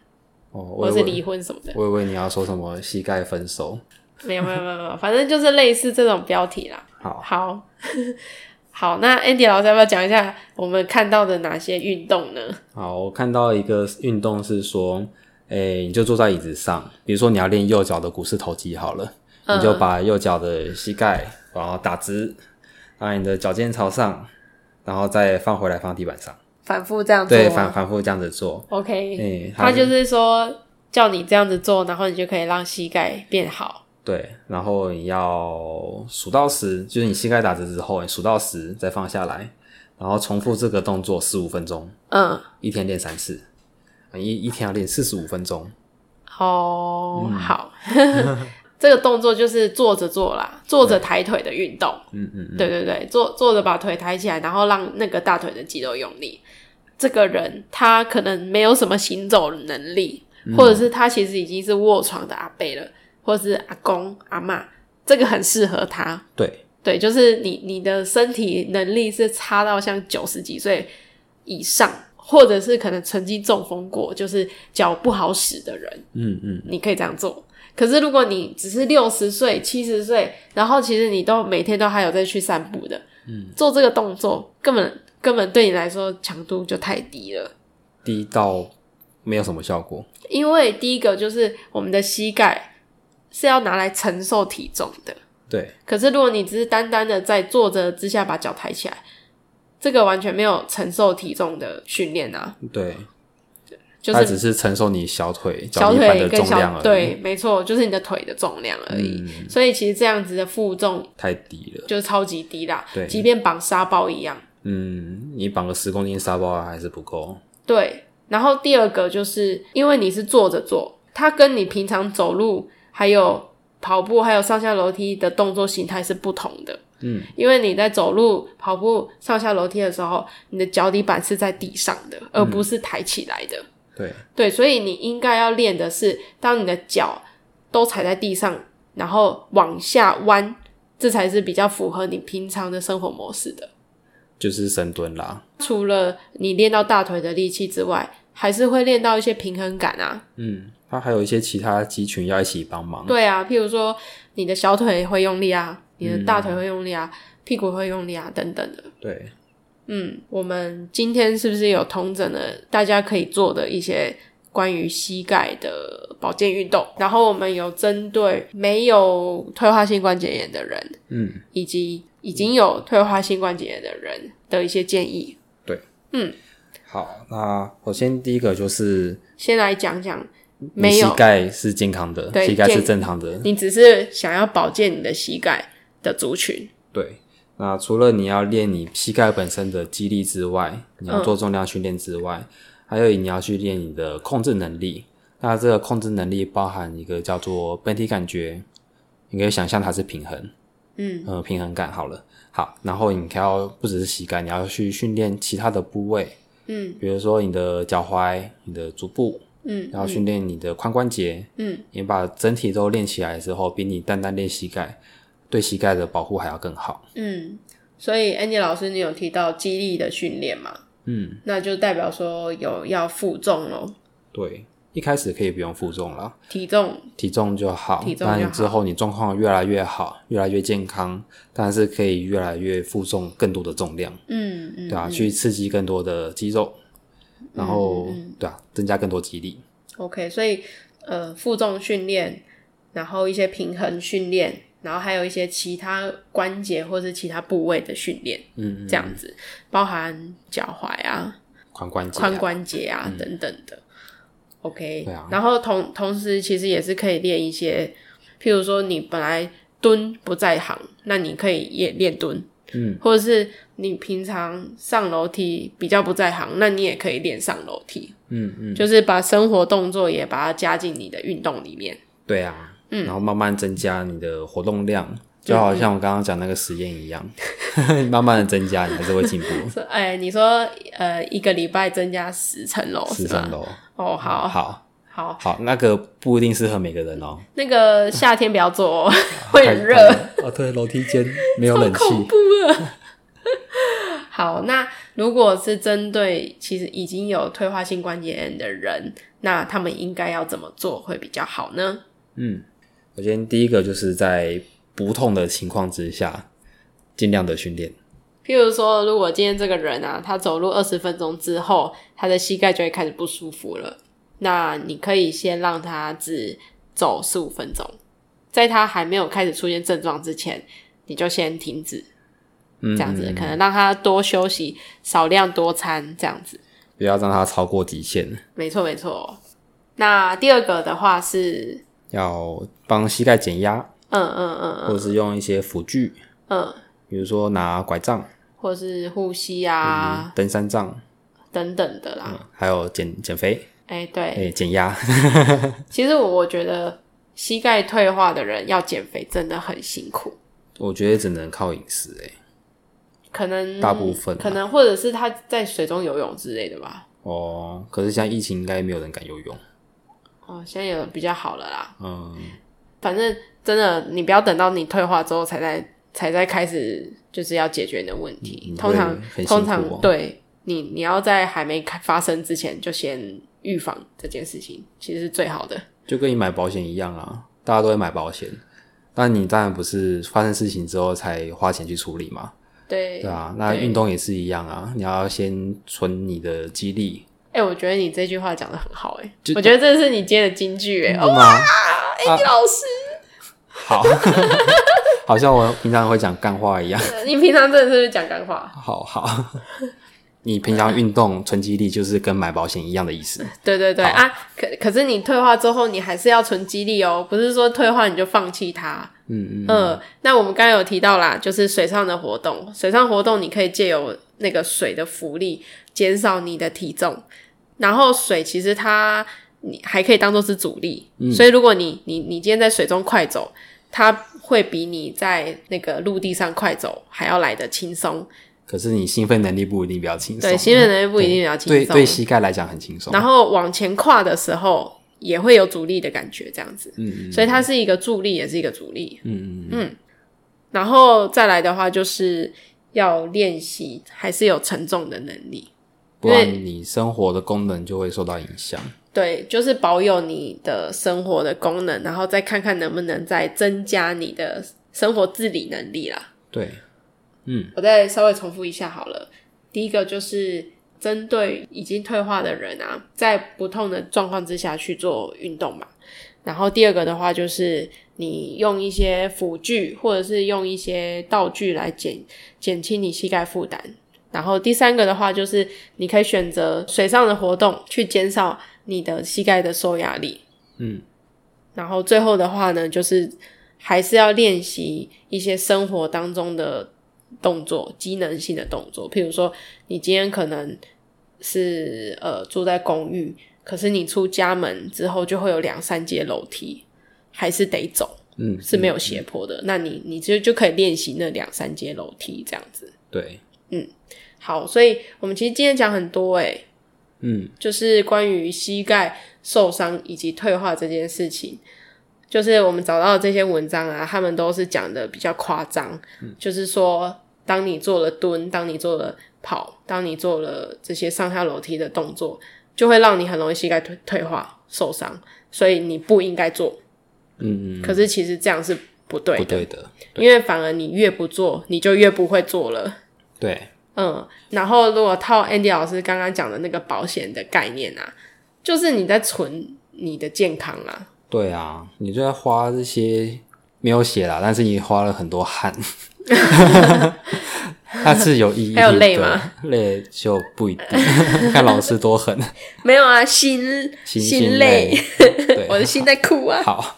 [SPEAKER 2] 哦，我
[SPEAKER 1] 或
[SPEAKER 2] 以
[SPEAKER 1] 者是
[SPEAKER 2] 为
[SPEAKER 1] 离婚什么的。
[SPEAKER 2] 我以为你要说什么膝盖分手，
[SPEAKER 1] 没有没有没有没有，反正就是类似这种标题啦。
[SPEAKER 2] 好，
[SPEAKER 1] 好 好，那 Andy 老师要不要讲一下我们看到的哪些运动呢？
[SPEAKER 2] 好，我看到一个运动是说，诶、你就坐在椅子上，比如说你要练右脚的股四头肌好了，
[SPEAKER 1] 嗯
[SPEAKER 2] 你就把右脚的膝盖然后打直，然后你的脚尖朝上，然后再放回来放地板上，
[SPEAKER 1] 反复这样做
[SPEAKER 2] 对，
[SPEAKER 1] 吗
[SPEAKER 2] 反反复哎这样子做。
[SPEAKER 1] OK，、
[SPEAKER 2] 诶、
[SPEAKER 1] 他
[SPEAKER 2] 它
[SPEAKER 1] 啊嗯就是说叫你这样子做，然后你就可以让膝盖变好。
[SPEAKER 2] 对，然后你要数到十，就是你膝盖打直之后，你数到十再放下来，然后重复这个动作十五分钟，
[SPEAKER 1] 嗯，
[SPEAKER 2] 一天练三次，一一天要练四十五分钟。
[SPEAKER 1] 哦，好， 这个动作就是坐着做啦，坐着抬腿的运动。
[SPEAKER 2] 嗯嗯嗯，
[SPEAKER 1] 对对对，坐坐着把腿抬起来，然后让那个大腿的肌肉用力。这个人他可能没有什么行走能力，或者是他其实已经是卧床的阿伯了，或是阿公阿嬷，这个很适合他。
[SPEAKER 2] 对，
[SPEAKER 1] 对，就是你你的身体能力是差到像九十几岁以上，或者是可能曾经中风过，就是脚不好使的人，
[SPEAKER 2] 嗯嗯。
[SPEAKER 1] 你可以这样做。可是如果你只是六十岁、七十岁，然后其实你都每天都还有在去散步的，嗯，做这个动作根本根本对你来说强度就太低了。
[SPEAKER 2] 低到没有什么效果。
[SPEAKER 1] 因为第一个就是我们的膝盖是要拿来承受体重的，
[SPEAKER 2] 对，
[SPEAKER 1] 可是如果你只是单单的在坐着之下把脚抬起来，这个完全没有承受体重的训练啊，
[SPEAKER 2] 对，
[SPEAKER 1] 就
[SPEAKER 2] 它只
[SPEAKER 1] 是
[SPEAKER 2] 是承受你小腿、
[SPEAKER 1] 小
[SPEAKER 2] 脚底板
[SPEAKER 1] 腿
[SPEAKER 2] 的
[SPEAKER 1] 跟
[SPEAKER 2] 重量
[SPEAKER 1] 小
[SPEAKER 2] 而已，嗯
[SPEAKER 1] 对，没错，就是你的腿的重量而已。所以其实这样子的负重
[SPEAKER 2] 太低了。
[SPEAKER 1] 就是超级低啦，
[SPEAKER 2] 对
[SPEAKER 1] 即便绑沙包一样。
[SPEAKER 2] 嗯，你绑个十公斤沙包啊还是不够。
[SPEAKER 1] 对，然后第二个就是因为你是坐着做，它跟你平常走路还有跑步还有上下楼梯的动作形态是不同的。
[SPEAKER 2] 嗯，
[SPEAKER 1] 因为你在走路、跑步、上下楼梯的时候，你的脚底板是在地上的，而不是抬起来的。
[SPEAKER 2] 对，
[SPEAKER 1] 对，所以你应该要练的是，当你的脚都踩在地上，然后往下弯，这才是比较符合你平常的生活模式的。
[SPEAKER 2] 就是深蹲啦。
[SPEAKER 1] 除了你练到大腿的力气之外，还是会练到一些平衡感啊。
[SPEAKER 2] 嗯，它还有一些其他肌群要一起帮忙。
[SPEAKER 1] 对啊，譬如说你的小腿会用力啊，你的大腿会用力啊，屁股会用力啊，等等的。
[SPEAKER 2] 对，
[SPEAKER 1] 嗯，我们今天是不是有通整了大家可以做的一些关于膝盖的保健运动？然后我们有针对没有退化性关节炎的人，
[SPEAKER 2] 嗯，
[SPEAKER 1] 以及已经有退化性关节炎的人的一些建议。
[SPEAKER 2] 好，那首先第一个就是
[SPEAKER 1] 先来讲讲，
[SPEAKER 2] 你
[SPEAKER 1] 没有
[SPEAKER 2] 膝盖是健康的，
[SPEAKER 1] 对
[SPEAKER 2] 膝盖
[SPEAKER 1] 健
[SPEAKER 2] 是正常的。
[SPEAKER 1] 你只是想要保健你的膝盖的族群，
[SPEAKER 2] 对，那除了你要练你膝盖本身的肌力之外，你要做重量训练之外，还有你要去练你的控制能力，那这个控制能力包含一个叫做本体感觉，你可以想象它是平衡，
[SPEAKER 1] 嗯，
[SPEAKER 2] 呃，平衡感好了，好，然后你还要不只是膝盖，你要去训练其他的部位，
[SPEAKER 1] 嗯，
[SPEAKER 2] 比如说你的脚踝、你的足部，
[SPEAKER 1] 嗯，
[SPEAKER 2] 然后训练你的髋关节，
[SPEAKER 1] 嗯，
[SPEAKER 2] 你把整体都练起来之后，比你单单练膝盖对膝盖的保护还要更好。
[SPEAKER 1] 嗯，所以 Andy 老师，你有提到肌力的训练嘛？
[SPEAKER 2] 嗯，
[SPEAKER 1] 那就代表说有要负重咯，
[SPEAKER 2] 对，一开始可以不用负重啦，
[SPEAKER 1] 体重，
[SPEAKER 2] 体重就好。
[SPEAKER 1] 体重就
[SPEAKER 2] 当然
[SPEAKER 1] 好
[SPEAKER 2] 之后你状况越来越好，越来越健康，当然是可以越来越负重更多的重量，
[SPEAKER 1] 嗯嗯，嗯
[SPEAKER 2] 对啊，去刺激更多的肌肉，然后、对啊，增加更多肌力。
[SPEAKER 1] OK，所以呃，负重训练，然后一些平衡训练，然后还有一些其他关节或是其他部位的训练，
[SPEAKER 2] 嗯，
[SPEAKER 1] 这样子，包含脚踝啊、
[SPEAKER 2] 髋关节、啊，
[SPEAKER 1] 髋关节啊、等等的。OK，、
[SPEAKER 2] 对啊
[SPEAKER 1] 然后同同时其实也是可以练一些，譬如说你本来蹲不在行，那你可以也练蹲，
[SPEAKER 2] 嗯，
[SPEAKER 1] 或者是你平常上楼梯比较不在行，那你也可以练上楼梯，
[SPEAKER 2] 嗯嗯，
[SPEAKER 1] 就是把生活动作也把它加进你的运动里面。
[SPEAKER 2] 对啊，嗯，然后慢慢增加你的活动
[SPEAKER 1] 嗯
[SPEAKER 2] 量。就好像我刚刚讲那个实验 一样，慢慢的增加，你还是会进步。
[SPEAKER 1] 说，哎，你说呃，一个礼拜增加十层楼
[SPEAKER 2] 十
[SPEAKER 1] 是
[SPEAKER 2] 三
[SPEAKER 1] 吧？
[SPEAKER 2] 楼，
[SPEAKER 1] 哦，好
[SPEAKER 2] 好
[SPEAKER 1] 好，
[SPEAKER 2] 好，那个不一定适合每个人哦。
[SPEAKER 1] 那个夏天不要做、 哦，会
[SPEAKER 2] 太
[SPEAKER 1] 很热。。
[SPEAKER 2] 太哦，对，楼梯间没有冷
[SPEAKER 1] 恐
[SPEAKER 2] 气。
[SPEAKER 1] 怖了。好，那如果是针对其实已经有退化性关节炎的人，那他们应该要怎么做会比较好呢？
[SPEAKER 2] 嗯，首先第一个就是在不痛的情况之下，尽量的训练。
[SPEAKER 1] 譬如说，如果今天这个人啊，他走路二十分钟之后，他的膝盖就会开始不舒服了，那你可以先让他只走十五分钟，在他还没有开始出现症状之前，你就先停止，
[SPEAKER 2] 嗯，
[SPEAKER 1] 这样子、可能让他多休息，少量多餐这样子。
[SPEAKER 2] 不要让它超过极限，
[SPEAKER 1] 没错，没错。那第二个的话是，
[SPEAKER 2] 要帮膝盖减压，
[SPEAKER 1] 嗯嗯嗯
[SPEAKER 2] 或者是用一些辅具，
[SPEAKER 1] 嗯，
[SPEAKER 2] 比如说拿拐杖、嗯
[SPEAKER 1] 或是呼吸啊、
[SPEAKER 2] 登山杖，
[SPEAKER 1] 等等的啦。
[SPEAKER 2] 还有减减肥，
[SPEAKER 1] 哎、对，
[SPEAKER 2] 嗯哎、减压。
[SPEAKER 1] 其实我我觉得膝盖退化的人要减肥真的很辛苦，
[SPEAKER 2] 我觉得只能靠饮食、哎，
[SPEAKER 1] 可能
[SPEAKER 2] 大部分啊
[SPEAKER 1] 可能或者是他在水中游泳之类的吧。
[SPEAKER 2] 哦，可是现在疫情应该没有人敢游泳。
[SPEAKER 1] 哦，现在有比较好了啦。
[SPEAKER 2] 嗯，
[SPEAKER 1] 反正真的，你不要等到你退化之后才在才在开始，就是要解决你的问题。
[SPEAKER 2] 嗯
[SPEAKER 1] 通常
[SPEAKER 2] 会很辛苦哦
[SPEAKER 1] 通常对你，你要在还没开发生之前就先预防这件事情，其实是最好的。
[SPEAKER 2] 就跟你买保险一样啊，大家都会买保险，但你当然不是发生事情之后才花钱去处理嘛，
[SPEAKER 1] 对
[SPEAKER 2] 对啊，那运动也是一样啊，你要先存你的肌力，
[SPEAKER 1] 哎、我觉得你这句话讲的很好、哎
[SPEAKER 2] 就，嗯
[SPEAKER 1] 我觉得这是你接的金句、哎、哦，
[SPEAKER 2] 懂吗？
[SPEAKER 1] 哎老师，
[SPEAKER 2] 好， 好像我平常会讲干话一样，
[SPEAKER 1] 你平常真的是不是讲干话？
[SPEAKER 2] 好好。你平常运动存肌力就是跟买保险一样的意思，
[SPEAKER 1] 对对对啊，可可是你退化之后，你还是要存肌力哦，不是说退化你就放弃它。
[SPEAKER 2] 嗯嗯，
[SPEAKER 1] 嗯，那我们刚刚有提到啦，就是水上的活动，水上活动你可以借由那个水的浮力减少你的体重，然后水其实它你还可以当做是阻力，
[SPEAKER 2] 嗯
[SPEAKER 1] 所以如果你你你今天在水中快走，它会比你在那个陆地上快走还要来的轻松，
[SPEAKER 2] 可是你兴奋能力不一定比较轻松，
[SPEAKER 1] 对，心肺能力不一定比较轻
[SPEAKER 2] 对
[SPEAKER 1] 松，
[SPEAKER 2] 对膝盖来讲很轻松，
[SPEAKER 1] 然后往前跨的时候也会有阻力的感觉，这样子，
[SPEAKER 2] 嗯
[SPEAKER 1] 所以它是一个助力，也是一个阻力，
[SPEAKER 2] 嗯嗯嗯，
[SPEAKER 1] 然后再来的话，就是要练习还是有承重的能力。
[SPEAKER 2] 不
[SPEAKER 1] 因为
[SPEAKER 2] 然你生活的功能就会受到影响。
[SPEAKER 1] 对，就是保有你的生活的功能，然后再看看能不能再增加你的生活自理能力啦。
[SPEAKER 2] 对，嗯
[SPEAKER 1] 我再稍微重复一下好了。第一个就是针对已经退化的人啊，在不痛的状况之下去做运动嘛。然后第二个的话就是你用一些辅具或者是用一些道具来减减轻你膝盖负担。然后第三个的话就是你可以选择水上的活动去减少你的膝盖的受压力。
[SPEAKER 2] 嗯，
[SPEAKER 1] 然后最后的话呢，就是还是要练习一些生活当中的动作，机能性的动作。譬如说，你今天可能是呃住在公寓，可是你出家门之后就会有两三阶楼梯，还是得走，
[SPEAKER 2] 嗯，
[SPEAKER 1] 是没有斜坡的。那你你就就可以练习那两三阶楼梯这样子。
[SPEAKER 2] 嗯对，
[SPEAKER 1] 好，所以我们其实今天讲很多诶、欸
[SPEAKER 2] 嗯，
[SPEAKER 1] 就是关于膝盖受伤以及退化这件事情，就是我们找到的这些文章啊，他们都是讲的比较夸张，
[SPEAKER 2] 嗯
[SPEAKER 1] 就是说，当你做了蹲，当你做了跑，当你做了这些上下楼梯的动作，就会让你很容易膝盖退退化受伤，所以你不应该做。
[SPEAKER 2] 嗯嗯，
[SPEAKER 1] 可是其实这样是不对
[SPEAKER 2] 不
[SPEAKER 1] 的，
[SPEAKER 2] 对的，
[SPEAKER 1] 因为反而你越不做，你就越不会做了。
[SPEAKER 2] 对，
[SPEAKER 1] 嗯，然后如果套 Andy 老师刚刚讲的那个保险的概念啊，就是你在存你的健康啊，
[SPEAKER 2] 对啊，你就在花这些没有写啦，但是你花了很多 汗， 它是有意义的。
[SPEAKER 1] 还有累吗？
[SPEAKER 2] 累就不一定， 看老师 多狠，
[SPEAKER 1] 没有啊，心
[SPEAKER 2] 心
[SPEAKER 1] 心
[SPEAKER 2] 累，
[SPEAKER 1] 累，
[SPEAKER 2] 对，
[SPEAKER 1] 我的心在哭啊。
[SPEAKER 2] 好，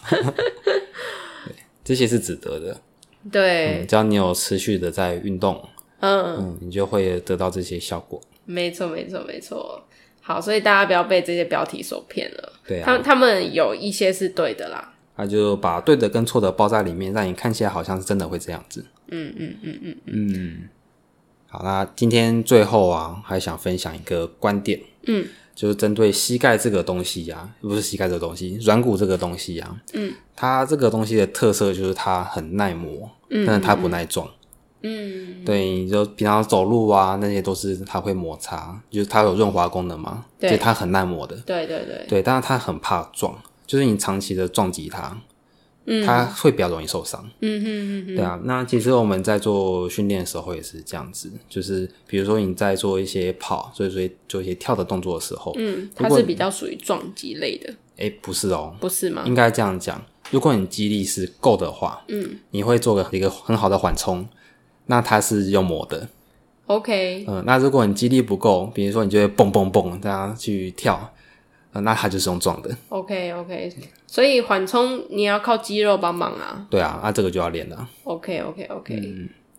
[SPEAKER 2] 对，这些是值得的。
[SPEAKER 1] 对，
[SPEAKER 2] 嗯，只要你有持续的在运动，
[SPEAKER 1] 嗯，
[SPEAKER 2] 嗯，你就会得到这些效果。
[SPEAKER 1] 没错，没错，没错。好，所以大家不要被这些标题所骗了，
[SPEAKER 2] 对
[SPEAKER 1] 他
[SPEAKER 2] 啊，
[SPEAKER 1] 他们有一些是对的啦。
[SPEAKER 2] 他就把对的跟错的包在里面，让你看起来好像是真的会这样子。
[SPEAKER 1] 嗯嗯嗯嗯，
[SPEAKER 2] 嗯，好，那今天最后啊，还想分享一个观点，
[SPEAKER 1] 嗯，
[SPEAKER 2] 就是针对膝盖这个东西呀、啊不是膝盖这个东西，软骨这个东西呀、嗯，它这个东西的特色就是它很耐磨，嗯，但是它不耐撞，嗯，对，你就平常走路啊那些都是它会摩擦，就是它有润滑功能嘛，
[SPEAKER 1] 对
[SPEAKER 2] 所以它很耐磨的，
[SPEAKER 1] 对对对，
[SPEAKER 2] 对，但是它很怕撞，就是你长期的撞击它，
[SPEAKER 1] 嗯
[SPEAKER 2] 它会比较容易受伤。
[SPEAKER 1] 嗯嗯嗯
[SPEAKER 2] 对啊，那其实我们在做训练的时候也是这样子，就是比如说你在做一些跑，所以所以做一些跳的动作的时候，
[SPEAKER 1] 嗯，
[SPEAKER 2] 如
[SPEAKER 1] 它
[SPEAKER 2] 果
[SPEAKER 1] 是比较属于撞击类的，
[SPEAKER 2] 哎、不是哦，
[SPEAKER 1] 不是吗？
[SPEAKER 2] 应该这样讲，如果你肌力是够的话，
[SPEAKER 1] 嗯，
[SPEAKER 2] 你会做个一个很好的缓冲，那它是用磨的，
[SPEAKER 1] OK，
[SPEAKER 2] 嗯、那如果你肌力不够，比如说你就会蹦蹦蹦这样去跳，呃那它就是用撞的，
[SPEAKER 1] OK OK，所以缓冲你要靠肌肉帮忙啊。
[SPEAKER 2] 对啊，那这个就要练了，
[SPEAKER 1] OK OK OK，、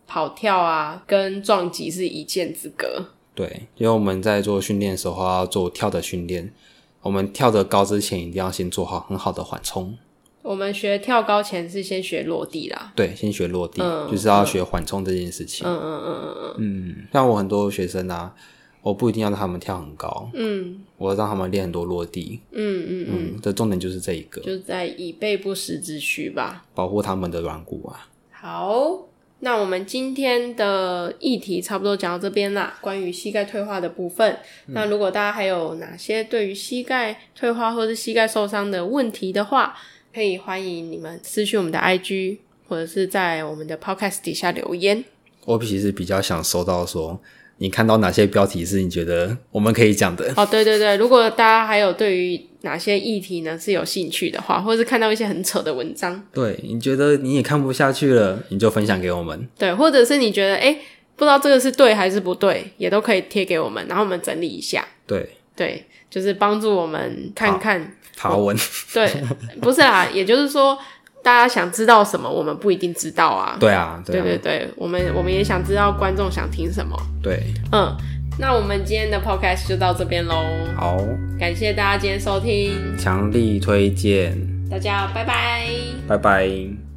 [SPEAKER 1] 跑跳啊跟撞击是一线之隔。
[SPEAKER 2] 对，因为我们在做训练的时候要做跳的训练，我们跳得高之前一定要先做好很好的缓冲。
[SPEAKER 1] 我们学跳高前是先学落地啦。
[SPEAKER 2] 对，先学落地，
[SPEAKER 1] 嗯
[SPEAKER 2] 就是要学缓冲这件事情。
[SPEAKER 1] 嗯嗯嗯嗯
[SPEAKER 2] 嗯，像我很多学生啊，我不一定要让他们跳很高，
[SPEAKER 1] 嗯
[SPEAKER 2] 我让他们练很多落地。
[SPEAKER 1] 嗯嗯嗯，
[SPEAKER 2] 嗯，这重点就是这一个，
[SPEAKER 1] 就在以备不时之需吧。
[SPEAKER 2] 保护他们的软骨啊。
[SPEAKER 1] 好，那我们今天的议题差不多讲到这边啦，关于膝盖退化的部分。那如果大家还有哪些对于膝盖退化或是膝盖受伤的问题的话，可以欢迎你们私讯我们的 IG，或者是在我们的 Podcast 底下留言。
[SPEAKER 2] 我其实比较想收到说，你看到哪些标题是你觉得我们可以讲 的？
[SPEAKER 1] 哦，对对对，如果大家还有对于哪些议题呢是有兴趣的话，或是看到一些很扯的文章，
[SPEAKER 2] 对，你觉得你也看不下去了，你就分享给我们。
[SPEAKER 1] 对，或者是你觉得哎不知道这个是对还是不对，也都可以贴给我们，然后我们整理一下。
[SPEAKER 2] 对，
[SPEAKER 1] 对，就是帮助我们看看，
[SPEAKER 2] 爬文，
[SPEAKER 1] 对，不是啦，也就是说，大家想知道什么，我们不一定知道啊。
[SPEAKER 2] 对啊，
[SPEAKER 1] 对
[SPEAKER 2] 对啊，
[SPEAKER 1] 对对，我们我们也想知道观众想听什么。
[SPEAKER 2] 对，
[SPEAKER 1] 嗯，那我们今天的 podcast 就到这边喽，
[SPEAKER 2] 好，
[SPEAKER 1] 感谢大家今天收听，
[SPEAKER 2] 强力推荐，
[SPEAKER 1] 大家拜拜。
[SPEAKER 2] 拜拜。